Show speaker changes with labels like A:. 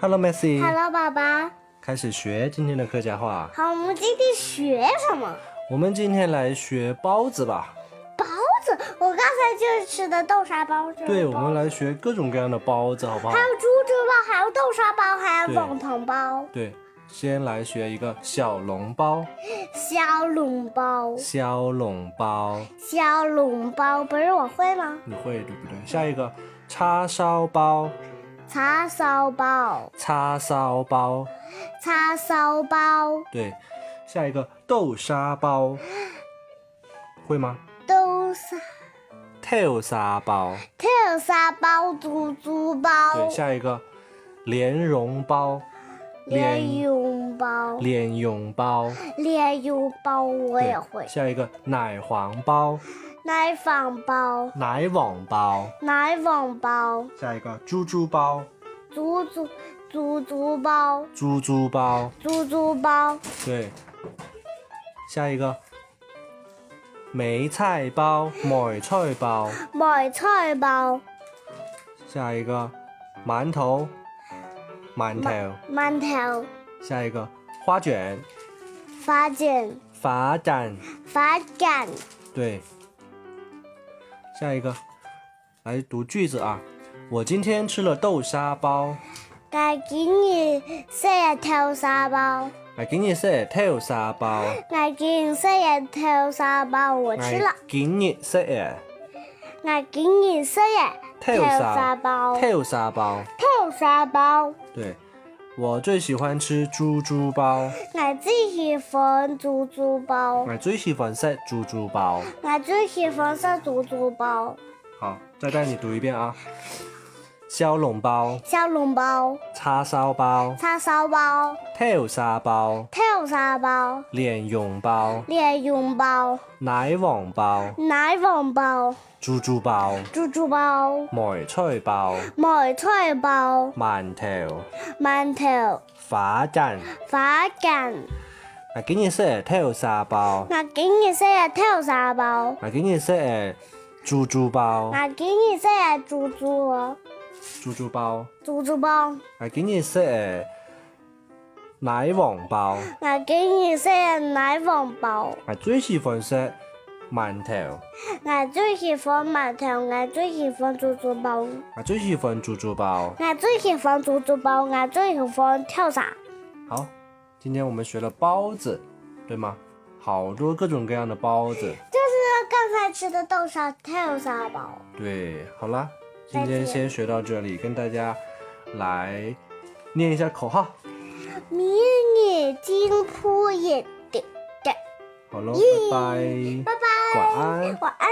A: Hello, Messi。
B: Hello，爸爸。
A: 开始学今天的客家话。
B: 好，我们今天学什么？
A: 我们今天来学包子吧。
B: 包子，我刚才就是吃的豆沙包子。
A: 对，我们来学各种各样的包子，好不好
B: 还？有猪猪包，还有豆沙包，还有
A: 对
B: 网糖包、
A: 对，先来学一个小笼包。
B: 小笼包、
A: 小笼包，
B: 小笼包，不是我会吗？
A: 你会对不对？下一个叉烧包，
B: 叉烧包、
A: 叉烧包，
B: 叉烧包、
A: 对。下一个豆沙包，会吗？
B: 豆沙、
A: 豆沙包，
B: 豆沙包、猪猪包、
A: 对。下一个莲蓉包，
B: 莲蓉包、
A: 莲蓉包。
B: 莲蓉包我
A: 对
B: 也会，
A: 下一个奶黄包、
B: 奶坊包、
A: 奶网包，
B: 奶网包。
A: 下一个猪猪包、
B: 猪猪猪猪包，
A: 猪猪包，
B: 猪猪包，
A: 对。下一个梅菜包、梅菜包，
B: 买菜包，
A: 下一个馒头、馒头，
B: 馒头，
A: 下一个花卷、
B: 发卷，
A: 发蛋，
B: 发卷，
A: 对。下一个，来读句子啊！我今天吃了豆沙包，
B: 我今日食日豆沙包，
A: 我今日食豆沙包。
B: 我今日食日豆沙包，我吃了。
A: 今日食嘅
B: 我今日食日
A: 豆沙
B: 包，
A: 豆沙包，
B: 豆沙包，
A: 对我最喜欢吃猪猪包，
B: 我最喜欢猪猪包，
A: 我最喜欢食猪猪包。
B: 我最喜欢吃猪猪包，
A: 好，再带你读一遍啊。小笼包、
B: 小笼包、
A: 叉烧包、
B: 叉烧包、
A: 豆沙包、
B: 豆沙包、
A: 莲蓉包、
B: 莲蓉包。
A: 奶黃包、
B: 奶网包、
A: 猪猪包、
B: 猪猪包、
A: 梅菜包、
B: 梅菜包、
A: 饅頭、
B: 馒头、
A: 花蛋。
B: 花卷。
A: 我今日食嘅豆沙包，
B: 我今日食嘅豆沙包，
A: 我今日食嘅猪猪包、
B: 我今日食嘅猪猪包
A: 猪猪包。
B: 猪猪包，
A: 我今日食嘅奶黃包，
B: 我今日食嘅奶黃包。
A: 我最喜歡食饅頭，
B: 我最喜歡馒頭，我最喜歡豬豬包，
A: 我啊最喜歡豬豬包。
B: 我最喜歡豬豬包，我最喜歡跳伞。
A: 好，今天我們學了包子，對嗎？好多各種各樣的包子。
B: 就是刚才吃的豆沙豆沙包。
A: 对，好啦，今
B: 再
A: 天
B: 见
A: 先學到這裡，跟大家來念一下口號。
B: 明日金铺也得得，
A: 好咯，拜拜，
B: 拜
A: 晚
B: 拜，
A: 安。
B: 晚安。